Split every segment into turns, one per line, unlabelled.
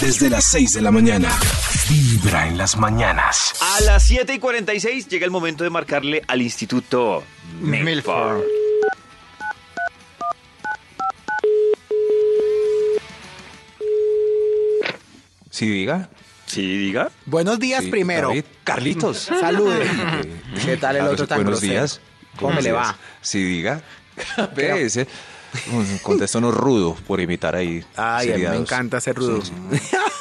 desde las 6 de la mañana. Vibra en las mañanas.
A las 7 y 46 llega el momento de marcarle al Instituto Milford.
Sí, diga.
Sí, diga.
Buenos días
Sí,
primero.
David. Carlitos.
Salude.
Eh,
¿Qué tal el
Carlos,
otro tan
Buenos
grosero?
días.
¿Cómo
Buenos
le
días.
va?
Sí, diga. Ve, ese, un contesto no rudo por imitar ahí.
Ay, a mí me
seriados.
encanta ser rudo.
Sí,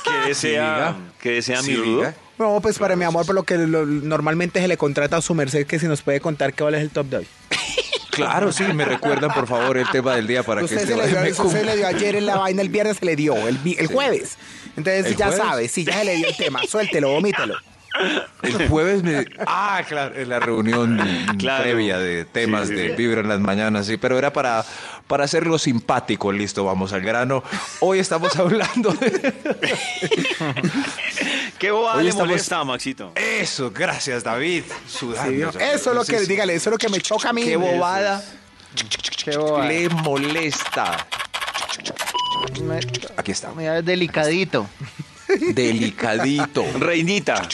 Que desea,
diga.
que desea
Sí,
mi rudo.
diga.
No, pues para mi amor, por lo que lo- normalmente se le contrata a su merced, que si nos puede contar qué vale el top de hoy.
Claro, sí, me recuerdan por favor el tema del día para que
Usted
este
se le, dio,
me
eso se le dio ayer en la vaina, el viernes se le dio, el, vi- el jueves. Entonces
¿El
ya
jueves?
sabe, sí, ya se le dio el tema. Suéltelo, vomítelo.
El jueves me... Ah, claro, en la reunión mm,
Claro.
previa de temas
Sí, sí,
de
sí.
Vibra en las mañanas, sí, pero era para, para hacerlo simpático, listo, vamos al grano. Hoy estamos hablando de...
¿Qué bobada
Hoy
le
estamos-
molesta, Maxito?
Eso, gracias David, sudando.
Sí, vio. eso es lo que, dígale, eso es lo que me choca a mí.
Qué bobada
Qué boba.
le molesta.
Me-
Aquí está,
Mira, es delicadito.
delicadito,
Reinita.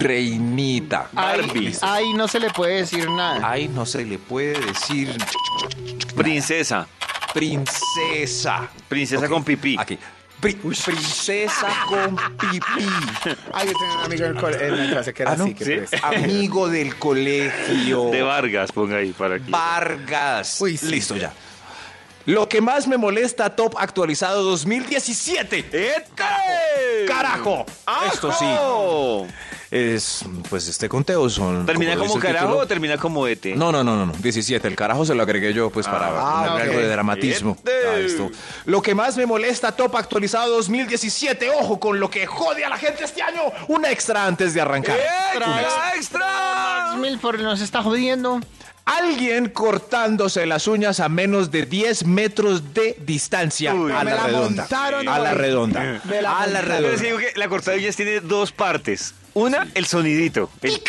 reinita.
Ahí,
Barbie.
ahí no se le puede decir nada.
Ay, no se le puede decir
Princesa.
princesa.
Princesa con pipí.
Aquí. Pri- princesa con pipí.
Ay, yo tenía un amigo en, el cole- en la clase que era
Ah, ¿no?
así. Que pues,
Sí.
pereza.
Amigo del colegio.
De Vargas, ponga ahí para aquí.
Vargas.
Uy, sí.
Listo ya. Lo que más me molesta, top actualizado 2017.
¡Ete!
¡Carajo! Esto sí.
¡Ajo!
Es, pues este conteo son.
¿Termina
lo
como
dice el
carajo o
título.
termina como E ete?
No, no, no, no, no. 17. El carajo se lo agregué yo, pues, para
Ah,
ponerle
ok.
algo de dramatismo.
Este.
a esto. Lo que más me molesta, top actualizado 2017. Ojo con lo que jode a la gente este año. Una extra antes de arrancar. Un extra.
¡Extra,
Ah.
extra!
Milford nos está jodiendo.
Alguien cortándose las uñas a menos de 10 metros de distancia.
Uy,
a
me
la
la
redonda.
montaron
a
hoy.
la redonda.
Me la
Ah,
a la
Pero
montaron.
les
redonda.
digo que la cortada de uñas tiene dos partes. Una, el sonidito. el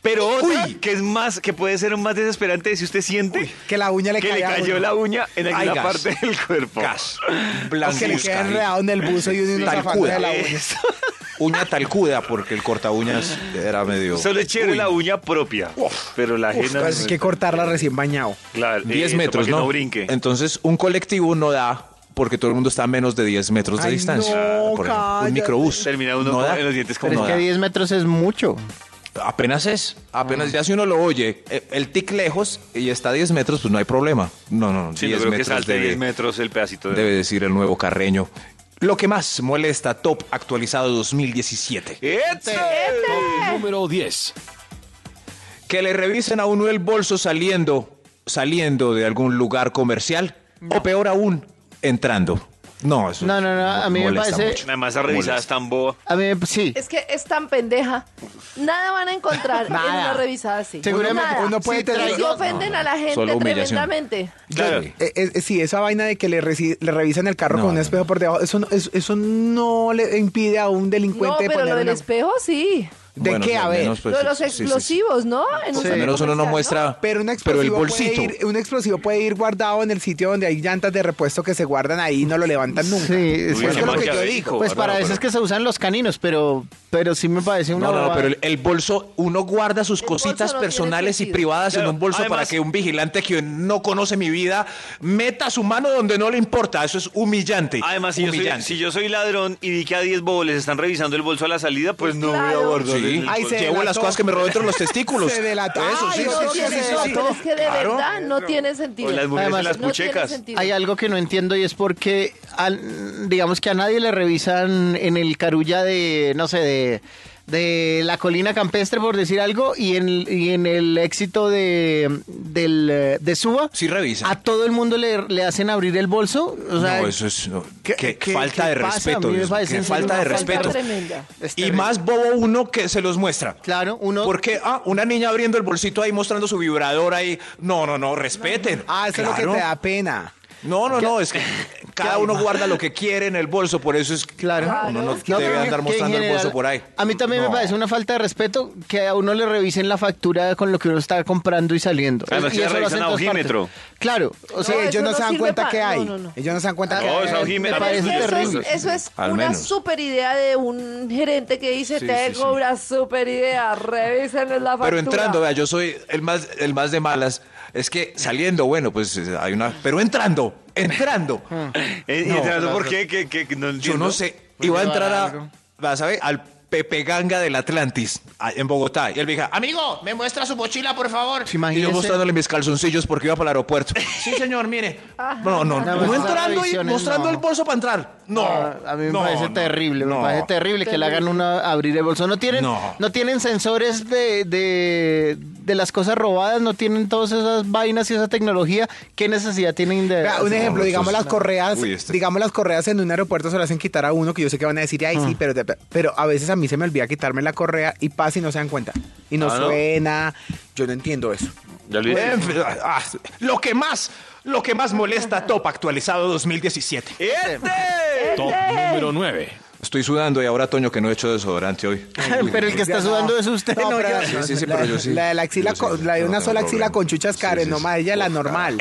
Pero otra, que es más, que puede ser más desesperante si usted siente
Que la uña le
que le
caía a
cayó
uno.
la uña en
Ay,
alguna
gas.
parte del cuerpo.
Gas.
O que le
Blancuzca
queda
ahí.
enredado en el buzo y uno
Tal
zafando de la
cual.
uña.
Eso.
Uña talcuda, porque el corta uñas era medio.
Solo es chévere la uña propia. Pero la ajena. no
Pues hay
es-
que cortarla recién bañado.
Claro,
10
eso,
metros,
Eh, para que
¿no?
no brinque.
Entonces, un colectivo no da porque todo el mundo está a menos de 10 metros de
Ay,
distancia.
no,
Por ejemplo,
cállate.
un microbús.
Termina uno
no
con-
da.
en los dientes como
Pero
No
es que
da.
10 metros es mucho.
Apenas es.
Ah.
Apenas ya si uno lo oye, eh, el tic lejos y está a 10 metros, pues no hay problema. No, no, no.
Sí, no
10
creo que
metros
salte
debe,
10 metros el pedacito de.
debe decir el nuevo Carreño. Lo que más molesta, top actualizado 2017.
¡Ete!
Número 10.
Que le revisen a uno el bolso saliendo, saliendo de algún lugar comercial o peor aún, entrando. No, eso
No, no, no, a mí me
molesta
parece-
mucho.
Además, esa revisada es tan boba.
A mí me- sí.
Es que es tan pendeja. Nada van a encontrar en
Nada.
una revisada así.
Seguramente
Nada.
uno puede
Sí,
tener-
y ofenden a la gente
Solo humillación.
tremendamente.
Claro.
Sí.
Eh, eh, sí, esa vaina de que le, reci- le revisan el carro
No,
con un
no,
espejo por debajo, eso, no- eso, eso no le impide a un
No,
delincuente
pero
poner
lo del
una-
espejo sí.
¿De
Bueno,
qué?
sí,
A
al
ver.
menos, pues,
lo de los
sí, sí, sí.
explosivos, ¿no? En un
Al
centro
menos uno no
comercial,
muestra,
Pero un
pero el
explosivo,
bolsito.
Puede ir, un explosivo puede ir guardado en el sitio donde hay llantas de repuesto que se guardan ahí y no lo levantan nunca.
Sí,
Uy,
Eso
sí,
qué
es lo que yo
maquiavélico,
digo.
Pues
bárbaro,
para eso
pero-
es que se usan los caninos, pero, pero sí me parece una
No, no, no,
bobada.
pero el, el bolso, uno guarda sus
El
cositas
bolso no tiene
personales y
sentido.
privadas
Claro,
en un bolso para
además-
que un vigilante que no conoce mi vida meta su mano donde no le importa. Eso es humillante.
Además, si yo, soy,
humillante.
si yo soy ladrón y vi que a 10 bobos les están revisando el bolso a la salida, pues no voy a
Claro.
guardar el
Sí.
Ay,
bolso.
se
llevo las
delató.
cosas que me robé entre los testículos.
Se delató.
Eso
Ay,
sí, sí,
otro
no
sí,
que
sí,
tiene
se
sí, sí.
sentido, pero es que de
Claro.
verdad no tiene sentido.
O las mujeres
Además,
en las
no tiene
puchecas.
sentido.
Hay algo que no entiendo y es porque, al- digamos que a nadie le revisan en el carulla de, no sé, de, de la colina campestre, por decir algo, y en, y en el éxito de, del, eh, de Suba.
Sí revisan.
A todo el mundo le, le hacen abrir el bolso. O sea,
no, eso es. no,
¿qué-
qué
qué-
falta
qué
de
pasa? A
respeto.
mí me
Dios mío,
parece
qué
en serio
falta
una
de
falta
respeto.
tremenda.
es
Y
terrible.
más bobo uno que se los muestra.
Claro, uno.
¿Por qué? Ah, una niña abriendo el bolsito ahí, mostrando su vibrador ahí. No, no, no, respeten.
Ah, eso es lo que
Claro.
te da pena.
No, no, no, es que cada uno guarda lo que quiere en el bolso, por eso es que
Claro.
uno no,
No,
debe
pero
andar
que
mostrando
en
el
general,
bolso por ahí.
A mí también
No.
me parece una falta de respeto que a uno le revisen la factura con lo que uno está comprando y saliendo.
Claro,
Es-
que
y
ya
lo
revisan
hacen en todas
ajímetro.
partes. Claro, o
No,
sea,
eso
ellos no, se dan
sirve
cuenta
pa-
que hay.
no, no, no.
Ellos no se dan
Ah,
cuenta que
No,
hay.
es ajímetro.
me parece
Eso es-
Eso
terrible.
es, eso es
Al
una
menos.
super idea de un gerente que dice,
Sí,
tengo
sí, sí.
una super idea, revisen la factura.
Pero entrando, vea, yo soy el más, el más de malas. Es que saliendo, bueno, pues eh, hay una. Pero entrando, entrando.
Eh, ¿Y
No.
entrando por qué? ¿Qué- qué- qué? no
Yo
entiendo.
no sé. Iba a entrar
algo.
a. ¿la sabe? Al Pepe Ganga del Atlantis, a- en Bogotá. Y él me dijo, amigo,
me muestra su mochila, por favor.
Pues
Sí,
y yo
imagínese.
mostrándole mis calzoncillos porque iba para el aeropuerto. Sí, señor, mire. No, no,
No,
no,
pues esas
entrando y
revisiones,
mostrando
no.
el bolso para entrar. No.
Ah, a mí me
no,
parece
no,
terrible, me
no.
parece terrible que le hagan una abrir el bolso. No tienen, no.
No.
tienen sensores de, de, de las cosas robadas, no tienen todas esas vainas y esa tecnología. ¿Qué necesidad tienen de
Vea, un
hacer-
ejemplo,
no,
digamos
eso
las
es-
correas,
Uy, este-
digamos las correas en un aeropuerto se las hacen quitar a uno que yo sé que van a decir, ay
Mm.
sí, pero, pero a veces a mí se me olvida quitarme la correa y pasa y no se dan cuenta. Y no
Ah, ¿no?
suena, yo no entiendo eso.
Ya lo hice.
En fin, ah, ah, lo que más, lo que más molesta Top actualizado 2017.
¡Este!
Top número 9.
Estoy sudando y ahora Toño que no he hecho desodorante hoy.
pero el que está
Ya, no.
sudando es usted, no,
pero
yo.
la-
Sí, sí, sí,
la-
pero yo sí.
La de la axila,
Yo sí,
con- la de
yo no
una
tengo
sola axila
problema.
con chuchas
Sí,
Karen,
sí,
no
sí.
más, ella la
Uf,
normal.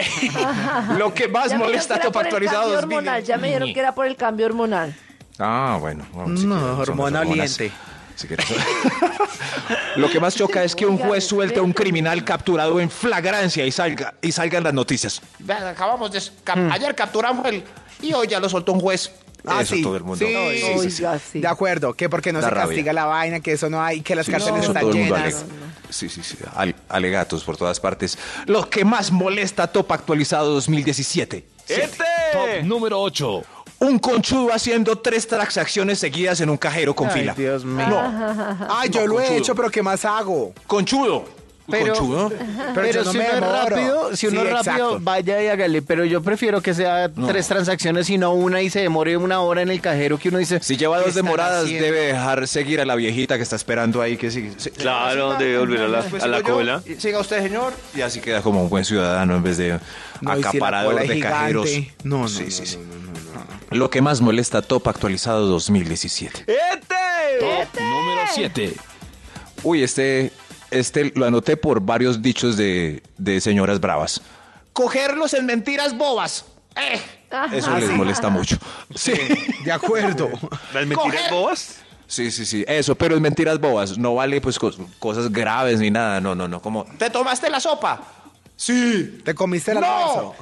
Lo que más
Ya me dijeron que
molesta
era
Top
por el
actualizado
cambio hormonal,
2017.
Ya me
Mm.
dijeron que era por el cambio hormonal.
Ah, bueno. bueno,
No,
quieres, son las
hormona
hormonas.
oliente.
Si quieres. Lo que más choca es que un juez suelte a un criminal capturado en flagrancia y salga y salgan las noticias. Mm.
Vean, Acabamos de. cap- Ayer capturamos el. Y hoy ya lo soltó un juez.
Ah,
Eso todo el mundo.
Sí,
No,
sí,
Oiga,
sí,
sí,
Ah,
sí. De acuerdo, que porque no
Da
se castiga
rabia.
la vaina, que eso no hay, que las
Sí,
cárceles
eso
están
todo el mundo
llenas.
alega. Sí, sí, sí. al- alegatos por todas partes. Lo que más molesta Top actualizado 2017.
Top
Eh.
¡Este!
número 8.
Un conchudo haciendo tres transacciones seguidas en un cajero con
Ay,
fila.
Dios mío.
No.
Ah, yo
No,
lo he
conchudo.
hecho, pero ¿qué más hago?
Conchudo.
Pero-
conchudo.
Pero,
yo no
si
me
uno es
demoro.
rápido, si uno
Sí,
es rápido,
exacto.
vaya y hágale. Pero yo prefiero que sea tres transacciones y no una y se demore una hora en el cajero que uno dice.
Si lleva
¿qué
dos
están
demoradas,
haciendo?
debe dejar seguir a la viejita que está esperando ahí que sigue. Sí.
Claro, debe volver a la, a la cola.
Siga usted, señor. Y así queda como un buen ciudadano en vez de
No, y si la
acaparador
cola es
de
gigante.
cajeros.
No, no,
Sí,
no,
sí, sí. Lo que más molesta Top actualizado 2017.
¡Este!
Top número 7.
Uy, este, este lo anoté por varios dichos de, de señoras bravas.
Cogerlos en mentiras bobas. Eh.
Eso les molesta mucho. Sí.
De acuerdo.
¿Las mentiras
Coger.
bobas?
Sí, sí, sí, eso, pero es mentiras bobas, no vale pues cos- cosas graves ni nada, no, no, no, como
¿Te tomaste la sopa?
¿Te comiste el
¡No!
almuerzo?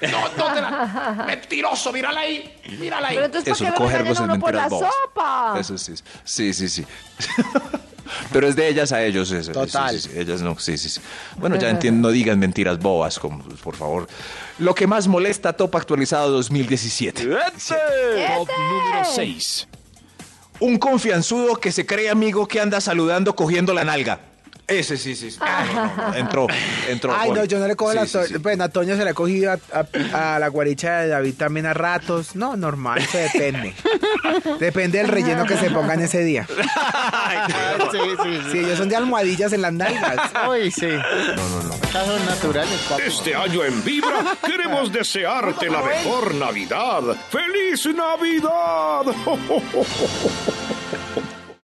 No, no te la. Mentiroso, mírala ahí. Mírala ahí.
Pero entonces,
eso,
¿para qué lo regañan
cogerlos
a
es
uno por la
mentiras bobas.
sopa?
Eso sí, sí, sí, sí. pero es de ellas a ellos, eso. eso,
Total.
sí, sí, ellas no, sí, sí, sí. Bueno, ya entiendo, no digan mentiras bobas, como, pues, por favor. Lo que más molesta Top actualizado 2017.
¡Este!
Top número 6.
Un confianzudo que se cree amigo que anda saludando cogiendo la nalga. Ese sí, sí. sí. Ah, no, no, no, entró, entró.
Ay, no,
Juan.
yo no le cojo
Sí,
la...
sí,
to-
sí.
Bueno, a Toño se la he cogido a, a- a la guaricha de David también a ratos. No, normal, eso depende. depende del relleno que se pongan ese día.
Sí, sí, sí.
Si ellos son de almohadillas en las nalgas.
Uy, sí. Casos naturales, papi.
Este año en Vibra queremos desearte la mejor Navidad. ¡Feliz Navidad!